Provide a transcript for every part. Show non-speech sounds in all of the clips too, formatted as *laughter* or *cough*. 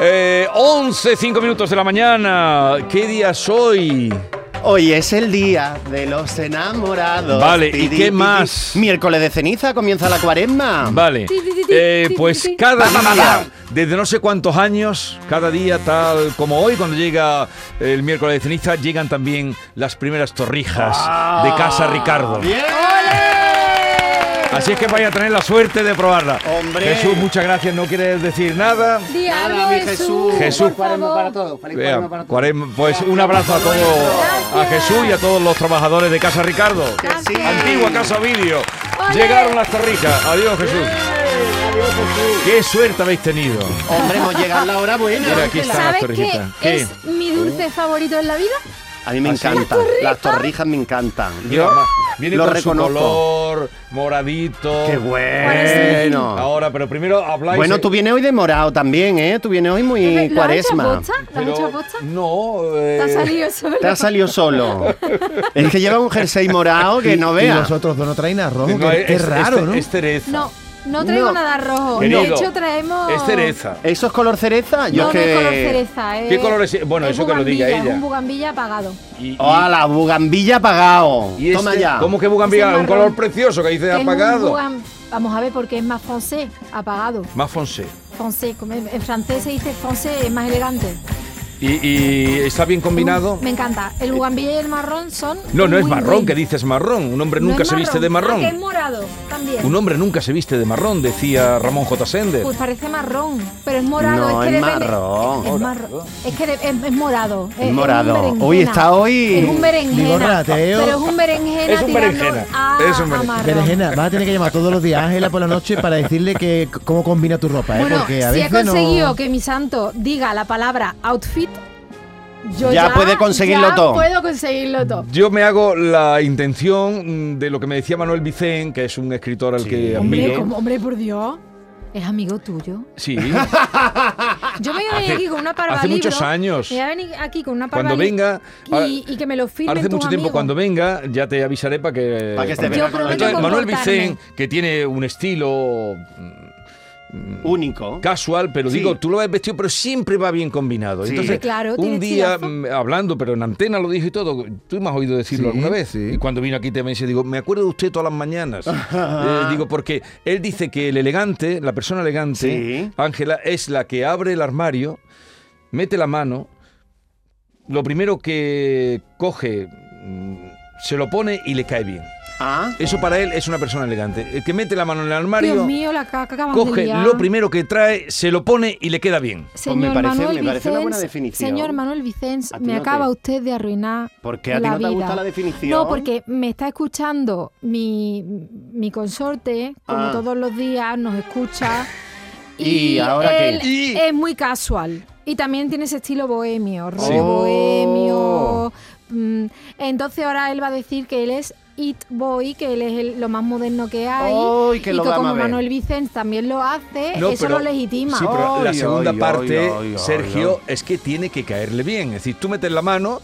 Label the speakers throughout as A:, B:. A: Eh, 11, 5 minutos de la mañana. ¿Qué día soy?
B: Hoy es el día de los enamorados.
A: Vale,
B: Ti,
A: ¿y
B: ti,
A: qué
B: ti, ti.
A: más?
B: Miércoles de ceniza comienza la cuaresma.
A: Vale.
C: Ti, ti, ti,
A: Eh,
C: ti, ti,
A: pues
C: ti.
B: *laughs*
A: cada
B: Pa, pa, pa,
A: día,
B: pa.
A: desde no sé cuántos años, cada día, tal como hoy, cuando llega el miércoles de ceniza, llegan también las primeras torrijas de Casa Ricardo.
B: Ah, ¡Bien!
A: Así es que vaya a tener la suerte de probarla.
B: Hombre.
A: Jesús, muchas gracias. No quieres decir nada.
C: Di
B: Nada,
C: algo,
B: mi
C: Jesús.
B: Jesús.
A: Jesús.
C: por favor.
B: todos. Feliz
A: Vea, cuaresma- pues un abrazo a todos, a
C: Gracias.
A: Jesús y a todos los trabajadores de Casa Ricardo.
B: sí.
A: Antigua Casa Vídeo.
C: Ole.
A: Llegaron las torrijas. Adiós, Jesús. Qué suerte habéis tenido.
B: Hombre, hemos llegado a la hora buena.
A: Mira, aquí están las
C: ¿Sabes qué
A: torrijitas.
C: es mi
B: ¿Eh?
C: dulce favorito en la vida?
B: A mí me encantan. Las torrijas me encantan.
A: Yo, viene
B: lo
A: con
B: reconozco.
A: su color, moradito.
B: ¡Qué bueno!
A: Ahora, pero primero habláis.
B: Bueno, tú vienes hoy de morado también, ¿eh? Tú vienes hoy muy
C: ¿Lo has hecho a
B: cuaresma.
C: posta? ¿Lo has
A: pero-
C: hecho a posta?
A: No.
C: ¿Te
A: eh,
C: ha salido solo?
B: Te ha salido
C: *laughs*
B: solo. Es que lleva un jersey morado que no
D: Y
B: veas.
D: los otros dos no traen arroz.
A: no, este,
D: qué, qué
A: es-
D: raro,
A: es-
D: ¿no?
A: Es cereza.
C: No, no traigo
B: No.
C: nada rojo.
A: Querido,
C: de hecho, traemos...
A: Es cereza.
B: ¿Eso es color cereza?
C: No,
B: Yo
C: no
B: es que...
C: es color cereza.
A: ¿Qué
C: es-
A: color es? Bueno,
C: es
A: eso que lo diga
C: bugambilla,
A: ella.
C: Un bugambilla apagado.
A: Y- y-
B: ¡Oh, la bugambilla apagado!
A: y
B: Toma
A: este-
B: ya.
A: ¿Cómo que bugambilla?
C: Ese
A: Un
C: marrón.
A: color precioso que dice
C: Es un
A: apagado.
C: bugam- Vamos a ver, porque es más foncé, apagado.
A: Más foncé.
C: Foncé, como en en francés se dice foncé, es más elegante.
A: Y, y está bien combinado.
C: Me encanta. El bugambilla y el marrón son.
A: No, no es
C: muy
A: marrón, que
C: buenos.
A: dices marrón. Un hombre
C: No
A: nunca
C: es
A: se viste de
C: Ah, que es
A: marrón.
C: morado también.
A: Un hombre nunca se viste de marrón, decía Ramón J. Sender.
C: Pues parece marrón, pero es morado.
B: No,
C: es, que
B: es
C: depende-
B: marrón.
C: Es marrón. Es que de- es, es morado. Es,
B: morado.
C: es un berenjena.
B: Hoy está hoy-
C: Es un berenjena.
D: Vigorra, Teo.
C: Pero es un berenjena.
A: Es un
C: tirando
A: berenjena. Es
C: A,
A: un
C: a
A: berenjena.
C: marrón.
D: Berenjena, vas a tener que llamar todos los días a Ángela por la noche para decirle que c- cómo combina tu ropa, ¿eh?
C: Bueno,
D: Porque a
C: si he
D: veces no-
C: conseguido que mi santo diga la palabra outfit, yo
B: Ya
C: ya,
B: puede conseguirlo
C: ya
B: todo.
C: puedo conseguirlo todo.
A: Yo me hago la intención mm, de lo que me decía Manuel Vicen, que es un escritor al que
C: Hombre,
A: admiro.
C: como- hombre, por Dios. Es amigo tuyo.
A: Sí,
C: *laughs* Yo me voy a venir
A: Hace-
C: aquí con una parva
A: hace muchos
C: libro,
A: años.
C: Me voy a venir aquí con una parva
A: cuando
C: libro
A: venga.
C: Y,
A: ahora-
C: y que me lo firmen
A: Ahora hace mucho
C: tus
A: tiempo,
C: amigos.
A: cuando venga, ya te avisaré para que.
B: Pa' que esté
C: Yo prometo
A: Entonces, Manuel
C: comportarme.
A: Vicen, que tiene un estilo
B: Único.
A: casual, pero
B: Sí.
A: digo, tú lo ves vestido, pero siempre va bien combinado.
B: Sí.
A: Entonces,
C: Claro,
A: un
C: tiene
A: día
C: estilazo.
A: mm, hablando, pero en antena lo dijo y todo, tú me has oído decirlo
D: Sí,
A: alguna vez.
D: sí.
A: Y cuando vino aquí te me dice, digo, me acuerdo de usted todas las mañanas.
B: *laughs*
A: Eh, digo, porque él dice que el elegante, la persona elegante,
B: Sí.
A: Ángela, es la que abre el armario, mete la mano, lo primero que coge, mm, se lo pone y le cae bien.
B: Ah,
A: Eso para él es una persona elegante. El que mete la mano en el armario
C: Dios mío, la caca que acabas de
A: coge
C: liar.
A: lo primero que trae, se lo pone y le queda bien.
C: Señor
B: Pues me parece-
C: Manuel
B: me parece una buena
C: Vicens,
B: definición.
C: Señor Manuel Vicens,
B: A ti
C: me
B: no te-
C: acaba usted de arruinar
B: ¿Por qué a ti
C: la
B: no te
C: vida.
B: gusta la definición?
C: No, porque me está escuchando mi, mi consorte, como
B: Ah.
C: todos los días, nos escucha.
B: *laughs* ¿Y ahora qué?
C: él
A: Y-
C: es muy casual. Y también tiene ese estilo bohemio,
B: Sí.
C: rock
B: Oh.
C: bohemio. mm, Entonces ahora él va a decir que él es It Boy, que él es el- lo más moderno que hay.
B: Ay, que
C: y
B: lo
C: que
B: vamos
C: como
B: a ver.
C: Manuel Vicens también lo hace,
A: No,
C: Eh, eso
A: pero-
C: lo legitima.
A: Sí, pero la
B: Ay,
A: segunda
B: ay,
A: parte,
B: ay, ay, ay,
A: Sergio, es que tiene que caerle bien. Es decir, tú metes la mano,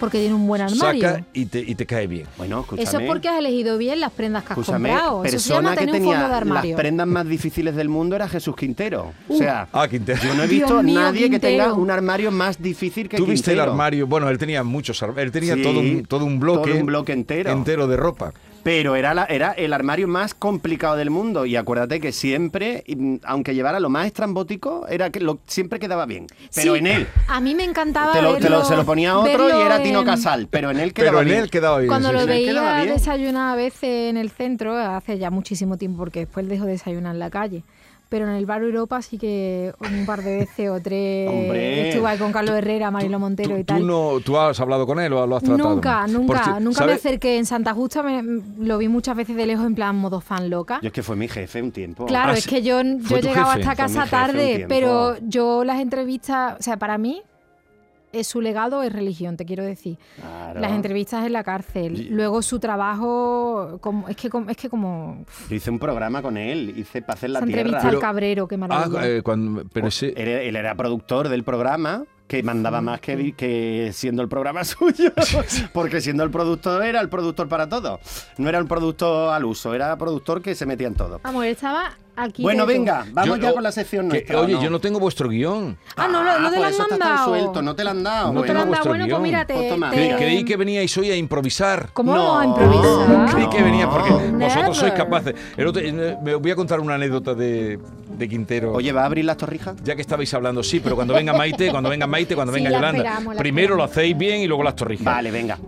C: Porque tiene un buen armario.
A: saca y te, y te cae bien.
B: bueno, escúchame.
C: Eso es porque has elegido bien las prendas que has
B: Escúchame,
C: comprado. Eso se llama
B: persona que
C: tener un fondo de
B: tenía las
C: armario. Uh.
B: prendas más difíciles del mundo era Jesús Quintero. O sea,
A: Ah, Quintero. *laughs*
B: yo no he
C: Dios
B: visto a
C: mío,
B: nadie que tenga
C: Quintero.
B: un armario más difícil que
A: Tú viste el
B: Quintero.
A: armario, bueno, él tenía muchos, ar- él tenía
B: Sí,
A: todo, un, todo un bloque,
B: todo un bloque entero.
A: de ropa.
B: Pero era, la- era el armario más complicado del mundo. Y acuérdate que siempre, mm, aunque llevara lo más estrambótico, era que lo, siempre quedaba bien. Pero
C: Sí,
B: en él.
C: A mí me encantaba.
B: Te lo, te lo-
C: verlo-
B: se lo ponía a otro
C: verlo
B: y era Tino
C: en-
B: Casal. Pero en él quedaba
A: Pero en
B: bien.
A: él quedaba bien.
C: Cuando
A: sí,
C: lo
A: sí.
B: ve- quedaba
C: veía
B: bien.
C: desayunar a veces en el centro, hace ya muchísimo tiempo, porque después dejo de desayunar en la calle. Pero en el bar Europa sí que un par de veces o tres
B: Hombre.
C: estuve ahí con Carlos Herrera, Marilo Montero
A: ¿Tú,
C: y
A: tú
C: tal.
A: no, ¿Tú has hablado con él o lo has tratado?
C: Nunca, nunca,
A: Porque,
C: nunca me
A: ¿sabes?
C: acerqué. En Santa Justa me- lo vi muchas veces de lejos en plan modo fan loca.
B: Yo es que fue mi jefe un tiempo.
C: Claro,
A: Ah,
C: es
A: sí.
C: que yo, yo
A: Fue tu
C: llegaba
A: jefe,
C: hasta
B: fue mi
C: casa
B: jefe un
C: tarde,
B: tiempo.
C: pero yo las entrevistas, o sea, para mí, eh, su legado es religión, te quiero decir.
B: Claro.
C: Las entrevistas en la cárcel,
B: Y-
C: luego su trabajo, como, es, que, como- es que como pff,
B: Yo hice un programa con él, hice Paz en la
C: esa
B: Tierra.
C: entrevista al cabrero, qué
A: Ah,
C: maravilla.
B: Pues,
A: eh, cuando- pero ese-
B: Él, él era productor del programa, que mandaba más que, vi- que siendo el programa *laughs* suyo. Porque siendo el productor era el productor para todo. No era un productor al uso, era productor que se metía en todo.
C: Vamos, él estaba aquí.
B: Bueno,
C: de-
B: venga, vamos
A: Yo-
B: ya
A: o-
B: con la sección
A: que-
B: nuestra. ¿o
A: oye,
B: no?
A: yo no tengo vuestro guión.
C: Ah, no, no, no te
B: por
C: la han
B: eso está tan
C: mandado.
B: suelto, no te la han dado.
C: No
A: Bueno,
C: te lo han dado.
A: vuestro
C: Bueno, pues
A: guión.
C: mira, te.
B: Pues toma.
C: te-
A: Cre- creí que veníais hoy a improvisar.
C: ¿Cómo vamos a
B: No,
C: improvisar?
A: Creí que
B: Ah.
A: venía porque
C: No.
A: vosotros sois
C: Never.
A: capaces. El otro- eh, me voy a contar una anécdota de, de Quintero.
B: Oye, ¿va a abrir las torrijas?
A: Ya que estabais hablando, sí, pero cuando venga Maite, cuando venga Maite, cuando
C: Sí,
A: venga
C: la
A: Yolanda.
C: esperamos, la
A: primero lo
C: esperamos.
A: hacéis bien y luego las torrijas.
B: Vale, venga.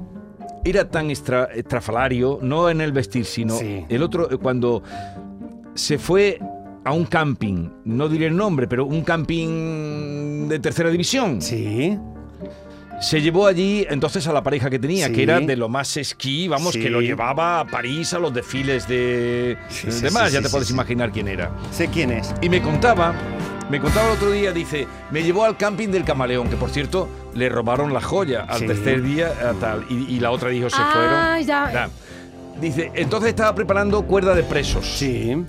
A: Era tan estra- estrafalario, no en el vestir, sino
B: Sí.
A: el otro, eh, cuando se fue a un camping, no diré el nombre, pero un camping de tercera división.
B: Sí.
A: Se llevó allí entonces a la pareja que tenía,
B: Sí.
A: que era de lo más esquí, vamos,
B: Sí.
A: que lo llevaba a París a los desfiles de
B: Sí, sí,
A: demás,
B: sí,
A: ya
B: sí,
A: te
B: sí,
A: puedes
B: sí.
A: imaginar quién era.
B: Sé quién es.
A: Y me contaba, me contaba el otro día, dice, me llevó al camping del camaleón, que por cierto, le robaron la joya al
B: Sí.
A: tercer día, a tal, y, y la otra dijo, se
C: Ah,
A: fueron.
C: ya.
A: Da. Dice, entonces estaba preparando cuerda de presos.
B: Sí.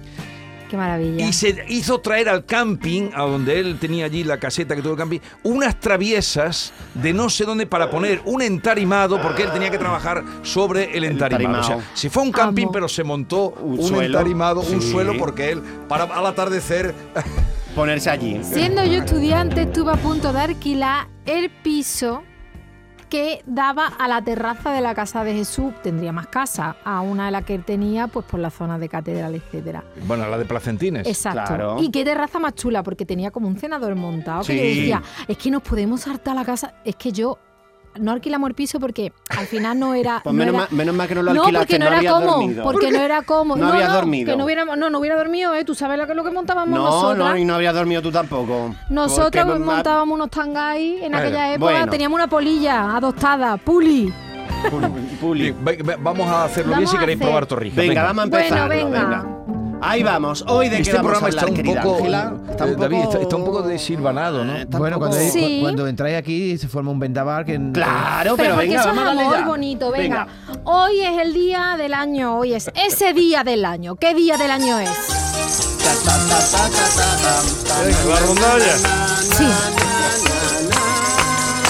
C: Qué maravilla.
A: Y se hizo traer al camping, a donde él tenía allí la caseta que tuvo el camping, unas traviesas de no sé dónde para poner un entarimado, porque él tenía que trabajar sobre el entarimado. O sea,
B: entarimado.
A: se fue a un camping,
C: Amo.
A: pero se montó un,
B: Un suelo.
A: entarimado, un
B: Sí.
A: suelo, porque él, para al atardecer,
B: Ponerse allí.
C: Siendo yo estudiante, estuve a punto de alquilar el piso que daba a la terraza de la casa de Jesús. Tendría más casa, a una de las que él tenía, pues por la zona de catedral, etcétera.
A: *laughs* bueno, la de Placentines.
C: Exacto.
B: Claro.
C: Y qué terraza más chula, porque tenía como un cenador montado que
B: Sí.
C: yo decía, es que nos podemos saltar la casa. Es que yo no alquilamos el piso porque al final no era.
B: *laughs* Pues
C: no
B: menos,
C: era-
B: mal, menos mal que no lo
C: no,
B: alquilaste,
C: porque no,
B: no,
C: era
B: habías
C: como,
B: dormido.
C: porque no era como.
B: No habías dormido.
C: Que no, hubiéramos, no, no hubiera dormido, ¿eh? Tú sabes lo que, lo que montábamos
B: no,
C: nosotras.
B: no, y no habías dormido tú tampoco. Porque
C: Nosotros
B: ma- ma-
C: montábamos unos tangáis en
A: Bueno,
C: aquella época,
B: bueno.
C: teníamos una polilla adoptada, puli.
B: *laughs* Puli-
A: Bien,
B: puli.
A: ve- ve- Vamos a hacerlo
C: Vamos
A: bien si
C: a
A: queréis
C: hacer.
A: probar torrijas.
B: Venga, vamos a empezar.
C: Bueno, venga.
B: Ahí vamos. Hoy de qué
A: Este
B: vamos
A: programa
B: a
A: está
B: hablar,
A: un
B: querida
A: poco,
B: Ángela?
A: eh,
B: Está un
A: David,
B: poco-
A: está, está un poco desilvanado, ¿no?
B: Eh,
D: Bueno, cuando,
B: tampoco-
C: Sí.
D: cu- cuando entráis aquí se forma un vendaval que...
B: Claro, pero,
C: Pero porque
B: venga,
C: eso es
B: vamos a darle
C: amor
B: ya.
C: bonito, venga. Hoy es el día del año, hoy es ese día del año. ¿Qué día del año es?
B: Ta, ta, ta, ta, ta, ta, ta.
A: La rondalla.
C: Sí.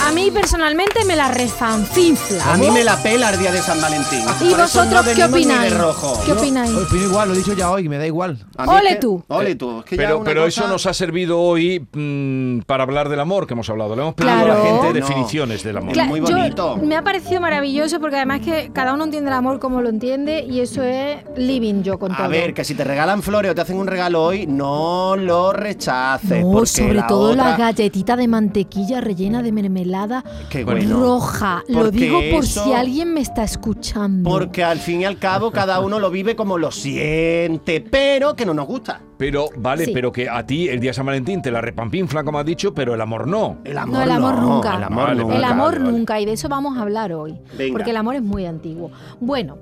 C: A mí personalmente me la refanfinfla.
B: A mí me la pela el día de San Valentín.
C: ¿Y
B: Ah, Por eso
C: vosotros
B: no
C: qué
B: venimos ni
C: opináis?
B: de rojo.
C: ¿Qué opináis?
D: Oye, Opino igual, lo he dicho ya hoy, me da igual.
B: A mí es
C: Ole
B: que-
C: tú.
B: Ole tú. es que ya
A: Eh, Pero,
B: una
A: pero eso
B: cosa-
A: nos ha servido hoy mm, para hablar del amor que hemos hablado. Le hemos pedido a
C: Claro.
A: la gente
B: No.
A: definiciones del amor.
B: Cla-
C: Cla-
B: muy
C: yo-
B: bonito.
C: me ha parecido maravilloso porque además que cada uno entiende el amor como lo entiende y eso es living yo con todo.
B: A ver, que si te regalan flores o te hacen un regalo hoy, no lo rechaces.
C: No,
B: porque
C: sobre
B: la
C: todo
B: otra-
C: la galletita de mantequilla rellena de mermelada
B: Qué bueno.
C: roja. Lo
B: Porque
C: digo por
B: eso-
C: si alguien me está escuchando.
B: Porque al fin y al cabo cada uno lo vive como lo siente, pero que no nos gusta.
A: Pero, vale,
C: Sí.
A: pero que a ti el día de San Valentín te la repampinfla, como has dicho, pero el amor no.
B: El
C: no, el amor nunca.
B: El amor
A: Vale,
B: nunca.
A: vale,
C: El amor
A: vale, vale.
C: nunca, y de eso vamos a hablar hoy.
B: Venga.
C: Porque el amor es muy antiguo. Bueno,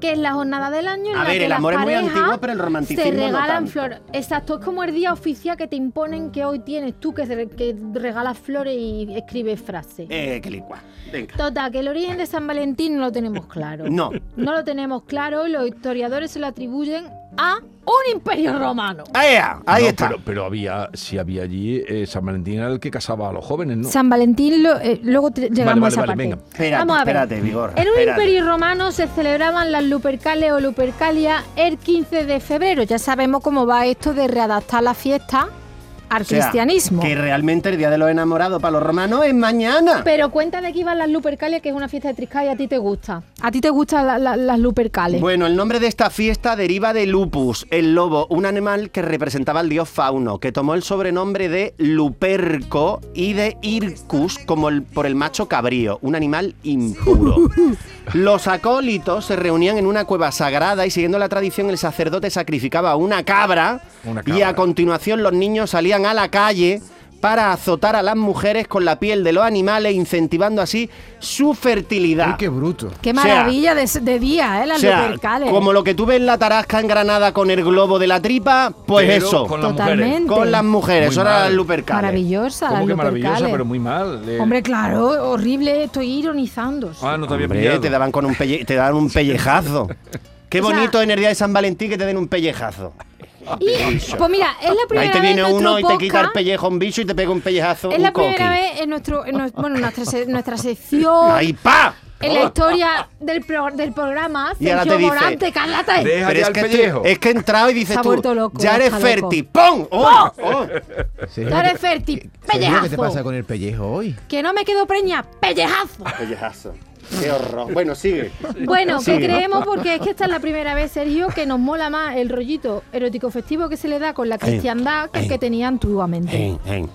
C: que es la jornada del año en
B: A
C: la
B: ver,
C: que
B: el
C: las
B: amor es muy
C: parejas
B: antiguo, pero el romanticismo
C: Se
B: no
C: regalan
B: tanto.
C: flores. Exacto, es como el día oficial que te imponen que hoy tienes tú, que, re- que regalas flores y escribes frases.
B: Eh, qué licua. Venga.
C: Total, Tota, que el origen de San Valentín no lo tenemos claro.
B: No.
C: No lo tenemos claro y los historiadores se lo atribuyen a un imperio romano.
B: ¡Ea! Ahí
A: No,
B: está.
A: Pero, pero había, si había allí, eh, San Valentín era el que casaba a los jóvenes, ¿no?
C: San Valentín, lo- eh, luego te- llegamos
A: vale,
C: a esa
A: vale,
C: parte.
A: venga.
B: Espérate,
C: Vamos a ver.
B: espérate, Vigor.
C: En un
B: espérate.
C: imperio romano se celebraban las Lupercales o Lupercalia el 15 de febrero. Ya sabemos cómo va esto de readaptar la fiesta al
B: O sea,
C: cristianismo.
B: Que realmente el día de los enamorados para los romanos es mañana.
C: Pero cuenta de qué iban las Lupercalias, que es una fiesta de Trisca y a ti te gusta. A ti te gustan la- la- las Lupercales.
B: Bueno, el nombre de esta fiesta deriva de Lupus, el lobo, un animal que representaba al dios Fauno, que tomó el sobrenombre de Luperco y de Ircus como el- por el macho cabrío, un animal impuro. Los acólitos se reunían en una cueva sagrada y siguiendo la tradición el sacerdote sacrificaba una cabra,
A: Una
B: y
A: cabra.
B: a continuación los niños salían a la calle para azotar a las mujeres con la piel de los animales, incentivando así su fertilidad.
C: Ah.
D: Uy, qué bruto.
C: Qué
B: o sea,
C: maravilla de, de día, ¿eh? Las
B: O sea,
C: Lupercales.
B: como lo que tú ves en la tarasca en Granada con el globo de la tripa, pues
A: Pero
B: eso.
A: Con
B: Con,
A: las mujeres.
C: Totalmente.
B: las mujeres,
A: Muy
B: ahora
A: mal.
B: las lupercales.
C: Maravillosa, las
A: Como que maravillosa,
C: Lupercales.
A: pero muy mal. eh.
C: Hombre, claro, horrible, estoy ironizando.
A: ah, no te había
B: Hombre,
A: pillado.
B: te daban con un pelle- te daban un pellejazo. Qué
C: *laughs* O sea-
B: bonito en el día de San Valentín que te den un pellejazo.
C: Y, pues mira, es la
B: Ahí te
C: primera vez en
B: viene
C: nuestro
B: uno y te quita el
C: podcast-
B: pellejo a un bicho y te pega un pellejazo.
C: Es
B: un
C: la primera
B: coqui.
C: vez en nuestro, en nues- bueno, en nuestra, se- nuestra sección,
B: ¡Ahí, pa!
C: en la historia del, pro- del programa,
B: Y ahora te
C: Sergio
B: dice-
C: Morante, Carlata.
A: De- Deja ya el
B: es, que tú-
A: pellejo.
B: es que he entrado y dices
C: Se ha
B: tú,
C: vuelto loco,
B: ya eres
C: está loco.
B: Ferti, ¡pum! ¡Oh! ¡Oh!
D: Sergio,
C: Dale
D: ¿qué-
C: Ferti,
D: Sergio, ¿Qué te
C: pellejazo.
D: pasa con el pellejo hoy?
C: Que no me quedo preña, pellejazo.
B: Pellejazo. Qué horror. Bueno,
C: *laughs*
B: sigue.
C: Bueno, que
B: Sigue.
C: creemos porque es que esta es la primera vez, Sergio, que nos mola más el rollito erótico festivo que se le da con la cristiandad que el que tenía antiguamente.
B: En, en, en.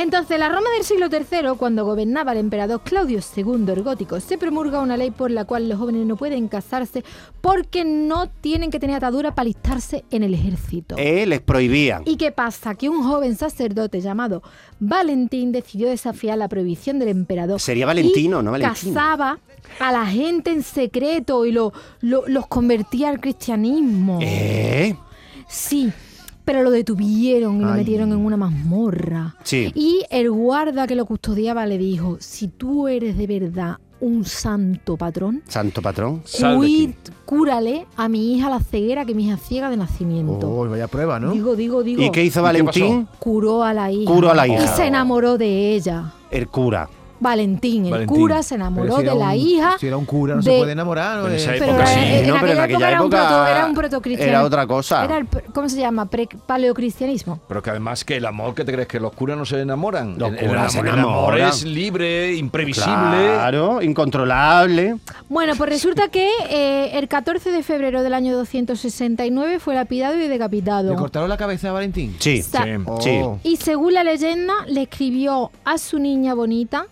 C: Entonces, la Roma del siglo III, cuando gobernaba el emperador Claudio II el gótico, se promulga una ley por la cual los jóvenes no pueden casarse porque no tienen que tener atadura para listarse en el ejército.
B: Eh, les prohibían.
C: ¿Y qué pasa? Que un joven sacerdote llamado Valentín decidió desafiar la prohibición del emperador.
B: Sería Valentino,
C: y
B: no Valentino.
C: Casaba a la gente en secreto y lo- lo- los convertía al cristianismo.
B: ¿Eh?
C: Sí, pero lo detuvieron y lo
D: Ay.
C: metieron en una mazmorra.
B: Sí.
C: Y el guarda que lo custodiaba le dijo, si tú eres de verdad un santo patrón,
B: Santo patrón.
A: Salve
C: cuid- cúrale a mi hija la ceguera, que mi hija es ciega de nacimiento.
D: Oh, vaya prueba, ¿no?
C: Digo, digo, digo.
B: ¿Y qué hizo Valentín?
C: Curó a la hija.
B: Curó a la hija.
C: Y se enamoró de ella.
B: El cura.
C: Eh, Valentín, el
A: Valentín.
C: cura, se enamoró
D: Pero si
C: de
D: era
C: la
D: un-
C: hija.
D: Si era un cura, no se
C: de-
D: puede enamorar. ¿no?
A: Pero en esa
D: Eh,
A: época
C: Pero
A: sí,
C: eh, en,
B: no, pero en
C: aquella
B: aquella
C: época, era un
B: época
C: proto- era un protocristiano.
B: era otra cosa.
C: Era el pr- ¿Cómo se llama? Pre- paleocristianismo.
A: Pero que además que el amor, ¿qué te crees? Que los curas no se enamoran.
B: Los
A: el, el
B: curas se
A: amor- el amor
B: enamoran.
A: es libre, imprevisible.
B: Claro, incontrolable.
C: Bueno, pues resulta que eh, el 14 de febrero del año 269 fue lapidado y decapitado.
D: ¿Le cortaron la cabeza a Valentín?
B: Sí.
C: Sa-
A: Sí.
B: Sí.
D: Oh.
C: Y según la leyenda, le escribió a su niña bonita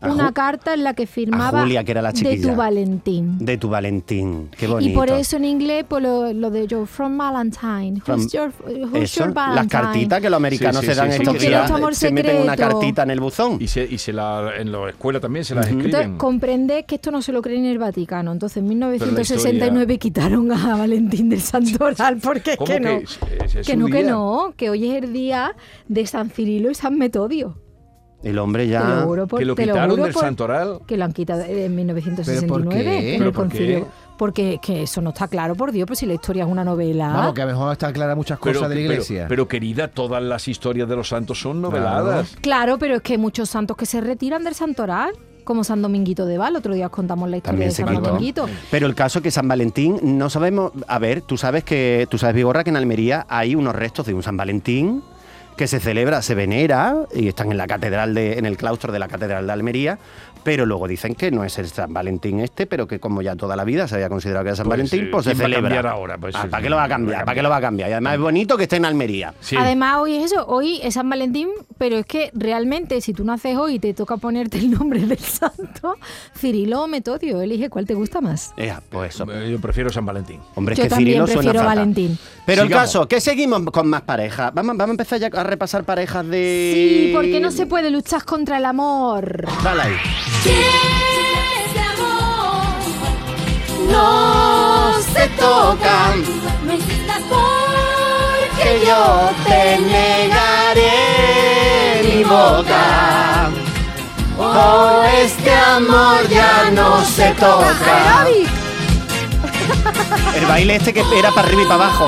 B: A
C: una
B: Ju-
C: carta en la que firmaba
B: Julia, que era la
C: de
B: chiquilla".
C: tu Valentín.
B: De tu Valentín. Qué bonito.
C: Y por eso en inglés, por lo, lo de yo, from Valentine.
B: From-
C: Who's your, who's
B: Eso, las
C: your Valentine?
B: cartitas que los americanos
A: Sí, sí,
B: se dan
A: sí, sí,
B: estos
A: que
B: días.
A: tienen
C: amor
B: se meten una
C: secreto.
B: cartita en el buzón.
A: Y se, y se la, en la escuela también se las
C: Entonces,
A: escriben.
C: comprende que esto no se lo cree en el Vaticano. Entonces, en
A: historia-
C: 1969 quitaron a Valentín del Santoral porque es
A: ¿Cómo
C: que no.
A: que es- es- es
C: que
A: un
C: no, que
A: día?
C: no, que hoy es el día de San Cirilo y San Metodio.
B: El hombre
C: Te lo
B: ya.
C: juro por
A: que lo
C: te lo
A: quitaron
C: juro
A: del
C: por-
A: Santoral.
C: Que lo han quitado en 1969
D: ¿Pero por qué?
C: en
A: ¿Pero
C: el
A: por qué?
C: concilio. Porque es que eso no está claro, por Dios, pues si la historia es una novela.
D: Vamos, que a lo mejor está clara muchas cosas de la iglesia.
A: pero, querida, todas las historias de los santos son noveladas.
C: Claro, pero es que hay muchos santos que se retiran del santoral, como San Dominguito de Val. Otro día os contamos la historia
B: También
C: de
B: se
C: San
B: quitó.
C: Dominguito.
B: Pero el caso es que San Valentín no sabemos. A ver, tú sabes que tú sabes Vigorra que en Almería hay unos restos de un San Valentín que se celebra, se venera y están en la catedral de, en el claustro de la catedral de Almería. Pero luego dicen que no es el San Valentín este, pero que como ya toda la vida se había considerado que era San
A: Pues,
B: Valentín,
A: eh,
B: pues se
A: ¿quién va a
B: celebra.
A: cambiar ahora? Pues,
B: Ah,
A: eh,
B: ¿Para qué lo va a
A: ¿quién va a
B: cambiar? ¿Para qué lo va a cambiar? Y además es bonito que esté en Almería.
A: Sí.
C: Además, hoy es eso, hoy es San Valentín, pero es que realmente si tú naces hoy y te toca ponerte el nombre del santo, Cirilo o Metodio, elige cuál te gusta más.
B: Ea, pues eso.
A: Eh, Yo prefiero San Valentín.
B: Hombre, es
C: Yo
B: que
C: también
B: Cirilo suena
C: prefiero
B: fatal.
C: Valentín.
B: Pero
A: Sigamos.
B: el caso, que seguimos con más parejas. Vamos, vamos a empezar ya a repasar parejas de.
C: Sí, porque no se puede luchar contra el amor.
B: Dale ahí.
E: No
B: se tocan,
E: No insistas porque
B: negaré
E: mi boca.
B: Oh, este amor ya no
C: Ah,
B: se toca.
C: eh,
B: El baile este que era para arriba y para abajo.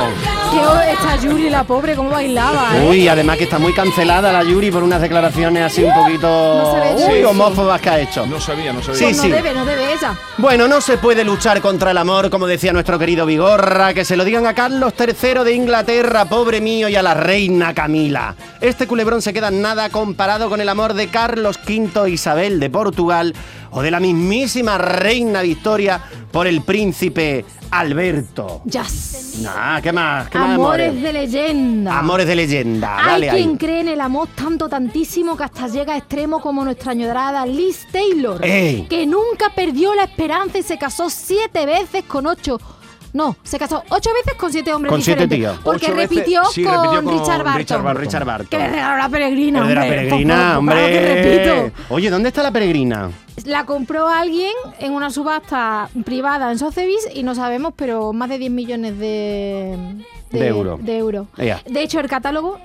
C: Que hoy está Yuri, la pobre, cómo bailaba, ¿eh?
B: Uy, además que está muy cancelada la Yuri por unas declaraciones así un poquito
C: No se ve
B: uy,
C: eso.
B: homófobas que ha hecho.
A: No sabía, no sabía.
B: Sí,
C: Pues no
B: sí.
C: debe, no debe ella.
B: Bueno, no se puede luchar contra el amor, como decía nuestro querido Vigorra, que se lo digan a Carlos III de Inglaterra, pobre mío, y a la reina Camila. Este culebrón se queda en nada comparado con el amor de Carlos V e Isabel de Portugal o de la mismísima reina Victoria por el príncipe Alberto.
C: Jazz.
B: Nah, ¿qué más? ¿Qué más
C: Amores
B: amores?
C: de leyenda.
B: Amores de leyenda,
C: Hay
B: dale
C: quien
B: ahí.
C: cree en el amor tanto, tantísimo, que hasta llega a extremo como nuestra añorada Liz Taylor,
B: ¡Ey!
C: que nunca perdió la esperanza y se casó siete veces con ocho. No, se casó ocho veces con siete hombres
B: Con siete
C: diferentes.
B: tíos.
C: Porque
A: Ocho veces-
C: repitió,
A: sí,
C: con
A: repitió con
C: Richard Barton.
A: Richard Barton.
B: Richard Barton.
C: Que le regaló la peregrina,
B: El de la
C: hombre.
B: peregrina,
C: Por- por- por-
B: hombre.
C: claro que repito.
B: Oye, ¿dónde está la peregrina?
C: La compró alguien en una subasta privada en Sotheby's y no sabemos, pero más de 10 millones de,
B: De euro.
C: de euro.
B: Ea.
C: De hecho, el catálogo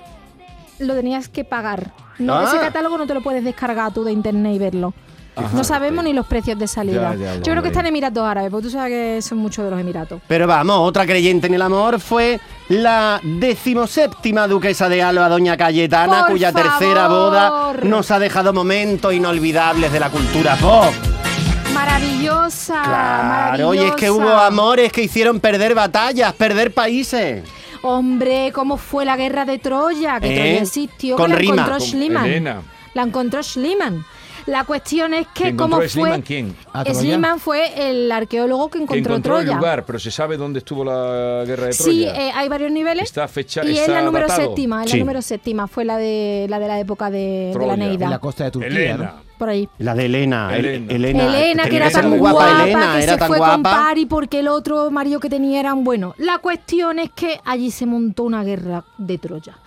C: lo tenías que pagar. No,
B: Ah.
C: Ese catálogo no te lo puedes descargar tú de internet y verlo.
B: Ah,
C: no sabemos ni los precios de salida.
A: Ya, ya, ya,
C: Yo creo que
A: hombre.
C: está en Emiratos Árabes, porque tú sabes que son muchos de los Emiratos.
B: Pero vamos, otra creyente en el amor fue la decimoséptima duquesa de Alba, doña Cayetana,
C: ¡Por
B: cuya
C: favor!
B: tercera boda nos ha dejado momentos inolvidables de la cultura pop.
C: Maravillosa, maravillosa.
B: Claro, y es que hubo amores que hicieron perder batallas, perder países.
C: Hombre, ¿cómo fue la guerra de Troya? Que
B: ¿Eh?
C: Troya existió,
B: Con
C: que
B: rima.
C: la encontró
A: Con
C: Schliemann.
A: Elena.
C: La encontró Schliemann. La cuestión es
A: ¿Que
C: que
A: encontró
C: cómo
A: a Schliemann
C: fue...
A: quién?
D: ¿A Troya?
C: Schliemann fue el arqueólogo que
A: Que
C: encontró,
A: encontró el
C: Troya.
A: lugar, pero se sabe dónde estuvo la guerra de Troya.
C: Sí, eh, hay varios niveles.
A: Está fecha-
C: y es
A: está
C: la número
A: datado.
C: séptima, es
B: Sí.
C: la número séptima, fue la de la de la época de, de
A: Troya.
C: la Neida.
D: En la costa de Turquía.
A: Elena.
C: por ahí.
B: La de Elena. El-
A: Elena.
B: Elena,
C: Elena, que
B: tenía
C: era
B: ser
C: tan
B: muy
C: guapa,
B: Elena,
C: que
B: era
C: se
B: tan
C: fue con
B: guapa.
C: Pari porque el otro marido que tenía era un bueno. La cuestión es que allí se montó una guerra de Troya.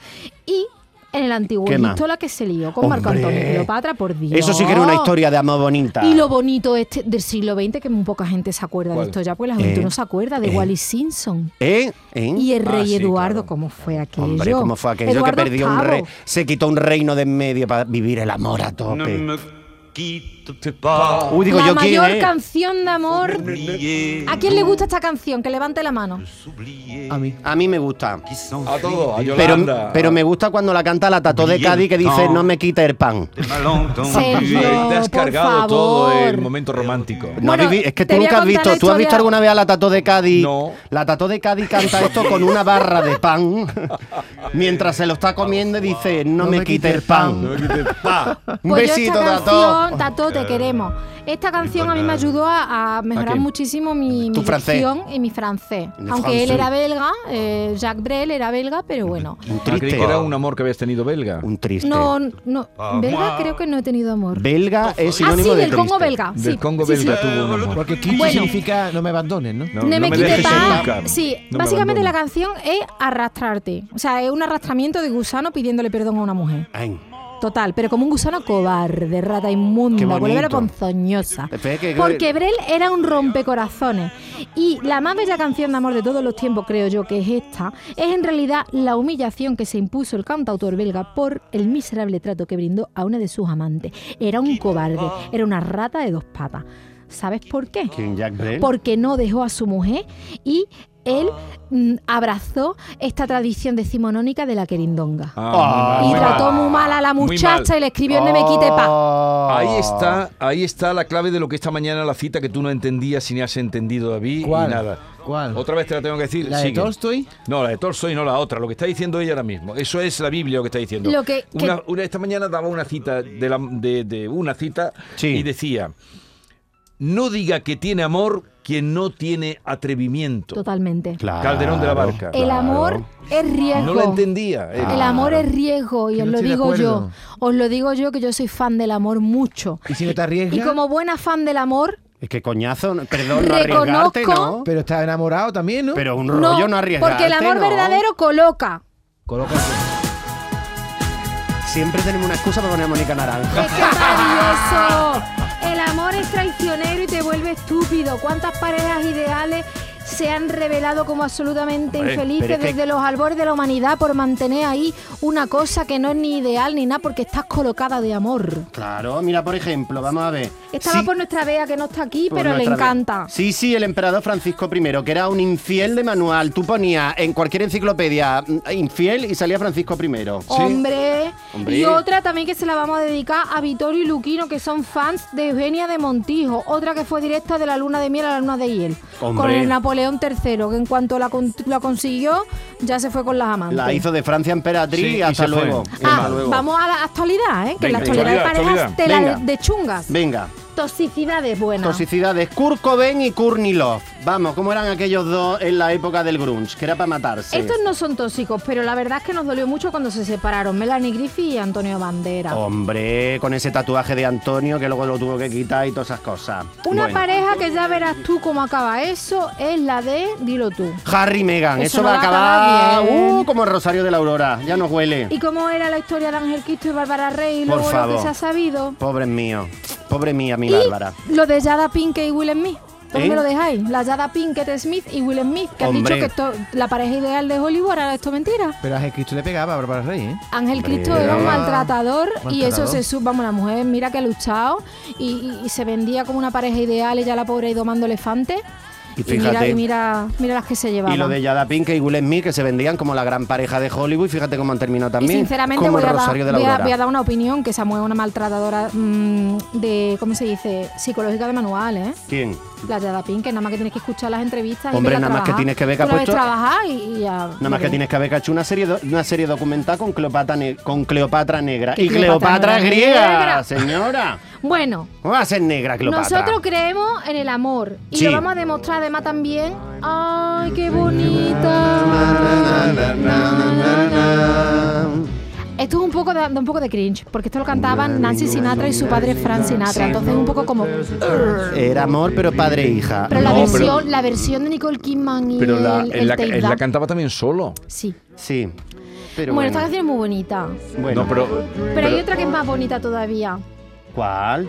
C: Y en el antiguo
B: ¿Qué más?
C: Egipto la que se lió con Marco
B: Hombre.
C: Antonio y Cleopatra, por Dios.
B: Eso sí que era una historia de amor bonita.
C: Y lo bonito este del siglo XX, que muy poca gente se acuerda
A: ¿Cuál?
C: de esto ya, pues la gente
B: Eh,
C: no se acuerda de
B: eh.
C: Wally Simpson.
B: ¿Eh? ¿Eh?
C: Y el
A: Ah,
C: rey
A: sí,
C: Eduardo,
A: claro.
C: ¿cómo fue aquello?
B: Hombre, ¿cómo fue aquello
C: Eduardo
B: que perdió un
C: VIII.
B: rey? Se quitó un reino de en medio para vivir el amor a
F: Ne
B: tope.
F: me quitte pas.
B: Uy, digo
C: la
B: yo quién,
C: mayor
B: eh?
C: canción de amor.
F: Oubliez
C: ¿A quién le gusta esta canción? Que levante la mano.
F: s'oublier
D: A mí.
B: A mí me gusta.
F: qui s'enfuit
A: A todo, a
F: des-
B: Pero,
A: Yolanda.
B: pero me gusta cuando la canta la tató de
F: Brillante.
B: Cádiz que dice
F: No.
B: no me quita el pan.
F: des malentendus.
A: Ahí
C: Serio.
A: te has
C: por
A: cargado
C: favor.
A: todo el momento romántico.
B: No
C: Bueno,
B: habéis vi- es que
C: te
B: tú
C: voy a
B: nunca has
C: contar la
B: visto. ¿Tú has
C: historia-
B: visto alguna vez a la Tató de Cádiz?
A: No.
B: La Tató de Cádiz canta esto con una barra
A: *laughs*
B: de pan mientras se lo está comiendo y dice: No, me, quite el pan. *laughs* Un
C: Pues yo
B: besito,
C: esta
B: Tató.
C: canción, Tato, te queremos. Esta canción a mí me ayudó a, a mejorar
B: Aquí.
C: muchísimo mi,
B: Tu
C: mi
B: francés.
C: dicción y mi francés.
B: Le
C: Aunque
B: français.
C: él era belga, eh, Jacques Brel era belga, pero bueno.
B: Un
A: Ah, creí
B: triste.
A: que era un amor que habías tenido belga.
B: Un triste.
C: No, no, belga creo que no he tenido amor.
B: Belga es
C: ah, sí,
B: sinónimo de
C: del Congo
B: triste.
C: belga.
A: Del
C: sí,
A: Congo
C: sí, sí.
A: belga tuvo un amor.
D: Porque quito
C: Bueno.
D: significa no me abandones, ¿no?
A: No,
C: No,
A: no
C: me, quite
A: dejes
C: pa-
A: nunca.
C: Sí,
A: No me
C: básicamente la
A: abandones.
C: canción es arrastrarte. O sea, es un arrastramiento de gusano pidiéndole perdón a una mujer.
B: Ay,
C: Total, pero como un gusano cobarde, rata
B: Qué
C: inmunda,
B: bonito.
C: culebra ponzoñosa.
B: Espera, que-
C: Porque Brel era un rompecorazones. Y la más bella canción de amor de todos los tiempos, creo yo, que es esta, es en realidad la humillación que se impuso el cantautor belga por el miserable trato que brindó a una de sus amantes. Era un cobarde, era una rata de dos patas. ¿Sabes por qué?
B: ¿Quién, Jack Brel?
C: porque no dejó a su mujer y él mm, abrazó esta tradición decimonónica de la querindonga.
A: Ah, muy
C: y
A: mal, muy
C: trató
A: mal.
C: muy mal a la
A: Muy
C: muchacha
A: mal.
C: y le escribió en me quite
B: Oh.
C: pa.
A: Ahí está, ahí está la clave de lo que esta mañana la cita que tú no entendías y ni has entendido, David,
D: ¿Cuál?
A: y nada.
D: ¿Cuál?
A: Otra vez te la tengo que decir.
D: ¿La de
A: sigue.
D: Tolstoy?
A: No, la de Tolstoy, no la otra. Lo que está diciendo ella ahora mismo. Eso es la Biblia lo que está diciendo.
C: Lo que- que-
A: Una- una- esta mañana daba una cita de, la- de- de una cita
B: Sí.
A: y decía: No diga que tiene amor quien no tiene atrevimiento.
C: Totalmente.
B: Claro,
A: Calderón de la Barca.
C: El amor es riesgo.
A: No lo entendía. eh.
C: El amor es riesgo y
D: Que
C: os
D: no
C: lo
D: estoy de
C: digo yo.
D: acuerdo.
C: Os lo digo yo que yo soy fan del amor mucho.
D: Y si no te arriesgas,
C: Y como buena fan del amor,
B: Es que coñazo, no- perdón, no
C: Reconozco-
B: arriesgarte, ¿no?
D: pero estás enamorado también, ¿no?
B: Pero un
C: no,
B: rollo no arriesgarte,
C: porque el amor
B: ¿no?
C: verdadero coloca.
D: Colócate.
B: Siempre tenemos una excusa para poner a Mónica Naranja.
C: ¡Es que es maravilloso! El amor es traicionero y te vuelve estúpido. ¿Cuántas parejas ideales se han revelado como absolutamente
A: Hombre,
C: infelices
B: pero es que-
C: desde los albores de la humanidad por mantener ahí una cosa que no es ni ideal ni nada porque estás colocada de amor?
B: Claro, mira, por ejemplo, vamos a ver.
C: Estaba
B: Sí,
C: por nuestra Bea que no está aquí,
B: por
C: pero le
B: nuestra-
C: encanta.
B: Sí, sí, el emperador Francisco I, que era un infiel de manual. Tú ponías en cualquier enciclopedia mm, infiel y salía Francisco I.
C: Hombre.
B: Hombre.
C: Y otra también que se la vamos a dedicar a Vittorio y Luquino, que son fans de Eugenia de Montijo. Otra que fue directa de la luna de miel a la luna de hiel.
B: Hombre.
C: Con el Napoleón III, que en cuanto la, con- la consiguió, ya se fue con las amantes.
B: La hizo de Francia emperatriz
A: Sí,
B: y
A: y
B: hasta
A: se fue.
B: luego.
A: Ah,
B: Hasta
C: Ah,
B: luego.
C: vamos a la actualidad, ¿eh? que en la
A: Venga,
C: actualidad hay
A: actualidad,
C: parejas de,
B: actualidad.
C: la- de chungas.
B: Venga,
C: Toxicidades buenas.
B: toxicidades. Kurt Cobain y Courtney Love. Vamos, ¿cómo eran aquellos dos en la época del grunge? Que era para matarse.
C: Estos no son tóxicos, pero la verdad es que nos dolió mucho cuando se separaron Melanie Griffith y Antonio Bandera.
B: Oh, Hombre, con ese tatuaje de Antonio que luego lo tuvo que quitar y todas esas cosas.
C: Una
B: Bueno.
C: pareja que ya verás tú cómo acaba eso es la de, dilo tú.
B: Harry y Meghan, eso,
C: Eso no
B: va a
C: va a acabar
B: acabar
C: bien.
B: uh, como el Rosario de la Aurora, ya nos huele.
C: ¿Y cómo era la historia de Ángel Cristo y Bárbara Rey? Y
B: Por
C: luego lo
B: favor.
C: que se ha sabido.
B: Pobre mío, pobre mía, mi
C: Y
B: Bárbara.
C: lo de Yada Pinkett y Will Smith. ¿Dónde
B: ¿Eh?
C: lo dejáis? La Jada Pinkett Smith y Will Smith, que
B: Hombre.
C: han dicho que esto, la pareja ideal de Hollywood, ahora esto es mentira.
D: Pero a Jesucristo le pegaba a Bárbara Rey, ¿eh?
C: Ángel
B: Hombre.
C: Cristo era un maltratador y
D: Maltratador.
C: eso se sube. Vamos, la mujer, mira que ha luchado y, y- y se vendía como una pareja ideal. Ella la pobre ha ido domando elefantes.
B: Y
C: Y,
B: fíjate.
C: mira, y mira, mira las que se llevaban.
B: Y lo de Yada Pinkett y Will Smith, que se vendían como la gran pareja de Hollywood, fíjate cómo han terminado
C: Y
B: también.
C: sinceramente
B: como
C: voy
B: el
C: a, dar,
B: Rosario de la
C: voy a-
B: Aurora.
C: voy a dar una opinión que Samuel es una maltratadora mm, de, ¿cómo se dice? Psicológica de manual, ¿eh?
B: ¿Quién?
C: La Yada Pink, que nada más que tienes que escuchar las entrevistas.
B: Hombre,
C: y verla
B: nada más que
C: trabajar.
B: tienes que ver que
C: Tú
B: ha
C: la ves
B: puesto-
C: trabajar y, y ya.
B: Nada más que tienes que haber hecho una serie, do- una serie documental con Cleopatra, ne- con Cleopatra negra.
C: ¿Qué
B: Y Cleopatra,
C: Cleopatra
B: griega,
C: negra?
B: señora.
C: Bueno,
B: ¿Cómo va a ser negra Cleopatra?
C: Nosotros creemos en el amor y
B: Sí.
C: lo vamos a demostrar además también. ¡Ay, qué bonita! Esto es un poco de, de un poco de cringe, porque esto lo cantaban Nancy Sinatra y su padre Frank Sinatra. Entonces es un poco como. "Urgh".
B: Era amor, pero padre e hija.
C: Pero la
A: No, pero-
C: versión, la versión de Nicole Kidman y
A: Ah, Pero la,
C: el,
A: él la,
C: el Take
A: él la
C: That.
A: cantaba también solo.
C: Sí.
B: Sí. Pero
C: Bueno,
B: bueno,
C: esta canción es muy bonita.
B: bueno.
A: No, pero,
C: Pero,
A: pero-
C: hay otra que es más bonita todavía.
B: ¿Cuál?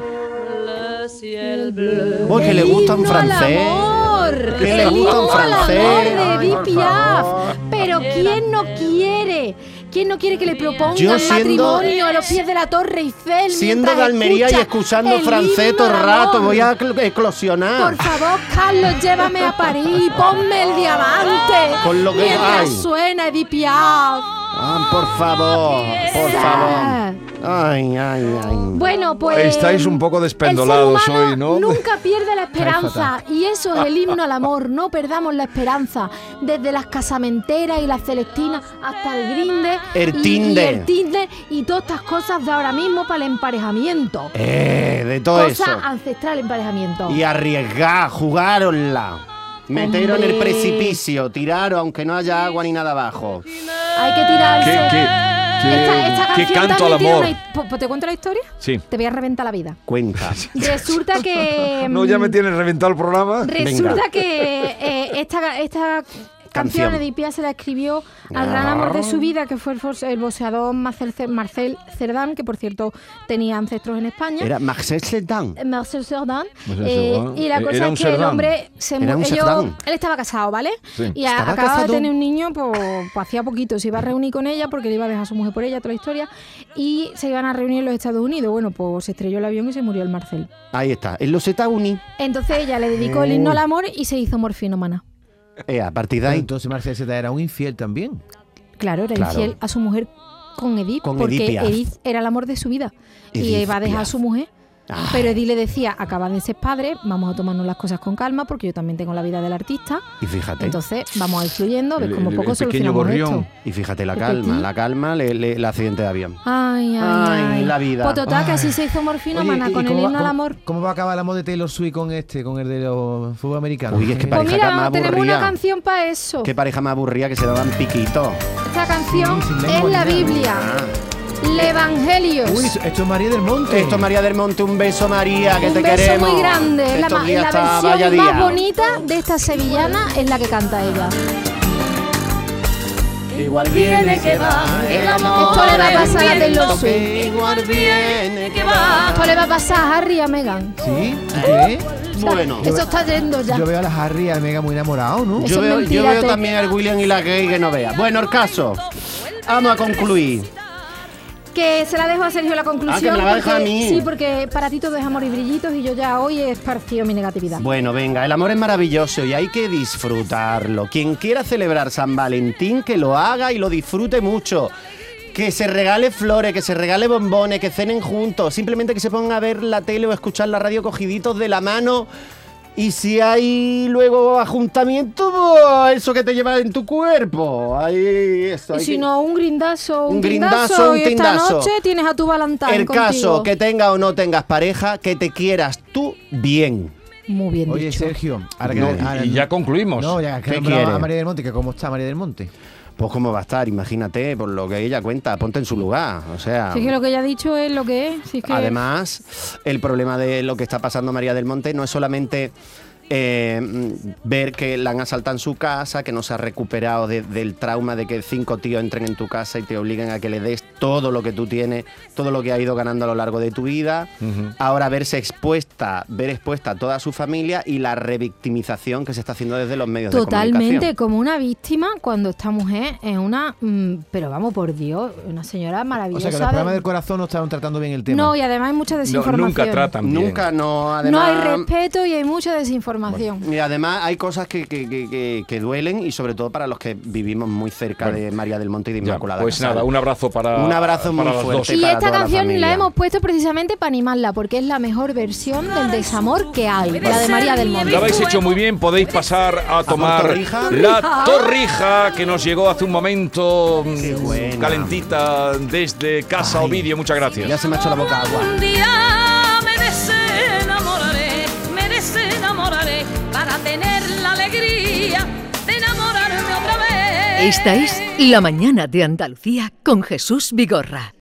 B: Uy, que le gusta un
C: himno al
B: francés.
C: amor.
B: Que le
C: El
B: gusta un
C: himno al
B: francés.
C: amor de
B: Ay, por
C: Edith Piaf. Pero ¿quién no quiere? ¿Quién no quiere que le propongan
B: Yo siendo-
C: matrimonio a los pies de la Torre Eiffel?
B: Siendo
C: mientras
B: de Almería y
C: escucha
B: escuchando
C: el
B: francés
C: himno
B: todo el
C: al
B: rato,
C: amor?
B: voy a cl- eclosionar.
C: Por favor, Carlos, llévame a París, ponme el diamante.
B: Con lo que
C: mientras
B: hay.
C: suena Edith Piaf.
B: Ah, por favor, por favor. Ay, ay, ay.
C: Bueno, pues.
A: Estáis un poco despendolados
C: el ser humano
A: hoy, ¿no?
C: Nunca pierde la esperanza. Y eso es el himno al amor. No perdamos la esperanza. Desde las casamenteras y las celestinas hasta el grinder.
B: El
C: y-
B: Tinder.
C: Y, el Tinder y todas estas cosas de ahora mismo para el emparejamiento.
B: Eh, de todo
C: Cosa
B: eso.
C: ancestral emparejamiento.
B: Y arriesgar, jugaronla. Meteron el
C: Hombre.
B: precipicio, tiraron aunque no haya agua ni nada abajo.
C: Hay que tirarse.
A: ¿Qué, qué, qué-
C: Esta, esta
A: qué
C: canción
A: canto al
C: también tiene
A: amor?
C: una- ¿Po- po- ¿Te cuento la historia?
A: Sí.
C: Te voy a reventar la vida. *laughs*
B: Cuenta.
C: Resulta que.
A: *laughs* No, ya me
C: mm,
A: tienes reventado el programa.
C: Resulta
B: Venga.
C: que eh, esta, esta
B: Canción.
C: canción de Piaf se la escribió al gran amor de su vida, que fue el, fos- el boxeador Marcel, Cer- Marcel Cerdán, que por cierto tenía ancestros en España.
B: Era Marcel Sedán.
C: Eh, Marcel Cerdán.
A: Marcel
C: Eh,
A: Cerdán.
C: y la
A: Eh,
C: cosa
A: era un
C: es que el
A: Cerdán.
C: hombre se mu-
B: Era un
C: ellos-
B: Cerdán.
C: Él estaba casado, ¿vale?
A: Sí.
C: Y a-
B: Estaba
C: acababa
B: casado.
C: de tener un niño, pues, pues, hacía poquito. Se iba a reunir con ella porque le iba a dejar a su mujer por ella, toda la historia. Y se iban a reunir en los Estados Unidos. Bueno, pues se estrelló el avión y se murió el Marcel.
B: Ahí está. En los Zeta Uni.
C: Entonces ella le dedicó el himno al amor y se hizo morfinómana.
B: Eh, a partir de
D: Pero
B: ahí.
D: entonces Marcel Z era un infiel también.
C: Claro, era
B: Claro.
C: infiel a su mujer con Edith,
B: Con
C: porque
B: Edith
C: Edith,
B: Piaf.
C: era el amor de su vida
B: Edith
C: y iba a dejar a
B: Piaf.
C: su mujer.
B: Ah.
C: Pero Edith le decía, acaba de ser padre, vamos a tomarnos las cosas con calma porque yo también tengo la vida del artista.
B: Y fíjate.
C: Eh. Entonces vamos a ir fluyendo, a ver
A: El-
C: cómo
A: el-
C: poco
A: el pequeño
C: solucionamos
A: gorrión.
C: esto.
B: Y fíjate la
C: Qué
B: calma,
C: petit.
B: la calma, le- le- el accidente de avión.
C: Ay, ay,
B: Ay,
C: ay,
B: la vida.
C: Pues total, que
D: Ay.
C: así se hizo morfinómana
D: Oye, ¿y
C: con el
D: cómo va-
C: himno al
D: cómo-
C: amor.
D: ¿Cómo va a acabar el amor de Taylor Swift con este, con el de los fútbol americanos?
B: Uy, es que
D: Eh,
C: Pues
B: pareja
C: mira,
B: que me
C: vamos, tenemos
B: aburría.
C: una canción para eso.
B: Qué pareja más aburrida que se daban piquito.
C: Esta canción
D: Sin lengua
C: es
D: ni
C: la
D: nada.
C: Biblia, el Evangelio.
D: Uy, esto es María del Monte.
B: Esto María del Monte, un beso María, que
C: un
B: te
C: beso
B: queremos.
C: muy grande. La,
B: Estos
C: ma-
B: días
C: la
B: está-
C: versión
B: vaya
C: más
B: día.
C: bonita de esta sevillana es la que canta ella.
B: Igual viene que va el amor.
C: Esto le va a pasar a Taylor Swift.
B: Que Igual viene que va.
C: Esto le va a pasar a Harry y a Meghan.
D: ¿Sí? ¿Tú crees?
B: Bueno.
C: Eso está yendo ya.
D: Yo veo a la Harry y al Mega muy enamorado, ¿no?
C: Eso
B: Yo
C: es
B: veo, yo
C: mentira,
B: veo
C: todo.
B: también al William y la gay que no vea. Bueno, el caso. Vamos a concluir.
C: Que se la dejo a Sergio la conclusión.
B: Ah, que me la va a dejar
C: porque-
B: a mí.
C: Sí, porque para ti todo es amor y brillitos y yo ya hoy he esparcido mi negatividad.
B: Bueno, venga, el amor es maravilloso y hay que disfrutarlo. Quien quiera celebrar San Valentín, que lo haga y lo disfrute mucho. Que se regale flores, que se regale bombones, que cenen juntos. Simplemente que se pongan a ver la tele o escuchar la radio cogiditos de la mano. Y si hay luego ajuntamiento, pues, eso que te lleva en tu cuerpo. Ahí, eso.
C: y
B: hay
C: si
B: que-
C: no, un grindazo, un,
B: Un grindazo, un
C: y esta
B: tindazo.
C: noche tienes a tu Valentine
B: El
C: contigo.
B: caso, que tenga o no tengas pareja, que te quieras tú bien.
C: Muy bien
D: Oye,
C: dicho.
D: Sergio, ahora que-
B: No,
D: ahora-
A: Y ya concluimos.
D: No, ya que
B: ¿Qué
D: nombraba
B: quiere?
D: a María del Monte, que cómo está María del Monte.
B: Pues cómo va a estar, imagínate, por lo que ella cuenta, ponte en su lugar. O sea.
C: Si es que lo que ella ha dicho es lo que es. si es que-
B: Además, el problema de lo que está pasando María del Monte no es solamente eh, mm, ver que la han asaltado en su casa, que no se ha recuperado de- del trauma de que cinco tíos entren en tu casa y te obliguen a que le des todo lo que tú tienes, todo lo que has ido ganando a lo largo de tu vida. Ahora verse expuesta, ver expuesta a toda su familia y la revictimización que se está haciendo desde los medios de
C: Totalmente,
B: comunicación.
C: como una víctima cuando esta mujer es una, mm, pero vamos por Dios, una señora
D: O
C: maravillosa.
D: sea, que los programas
C: de-
D: del corazón no estaban tratando bien el tema.
C: No, y además hay mucha
A: No,
C: desinformación.
A: nunca tratan bien.
B: Nunca no,
C: No
B: además.
C: hay respeto y hay mucha desinformación.
B: Y además hay cosas que, que- que- que- que duelen y sobre todo para los que vivimos muy cerca
A: Bueno.
B: de María del Monte y de
A: Ya,
B: Inmaculada.
A: pues
B: Casal.
A: nada, un abrazo para
B: Un abrazo
A: para
B: muy
A: las
B: fuerte.
A: dos.
C: Y
B: para
C: esta
B: toda la
C: canción la,
B: familia.
C: hemos puesto precisamente para animarla, porque es la mejor versión del desamor que hay, la de María del Monte.
A: Lo habéis hecho muy bien, podéis pasar a tomar
B: torrija?
A: la torrija que nos llegó hace un momento mm,
B: Qué buena.
A: calentita desde Casa Ovidio. Muchas
B: Ya
A: gracias.
B: se me ha hecho la boca agua.
G: Un día me desenamoraré, me desenamoraré para tener la alegría de enamorarme otra vez.
H: Esta es La Mañana de Andalucía con Jesús Vigorra.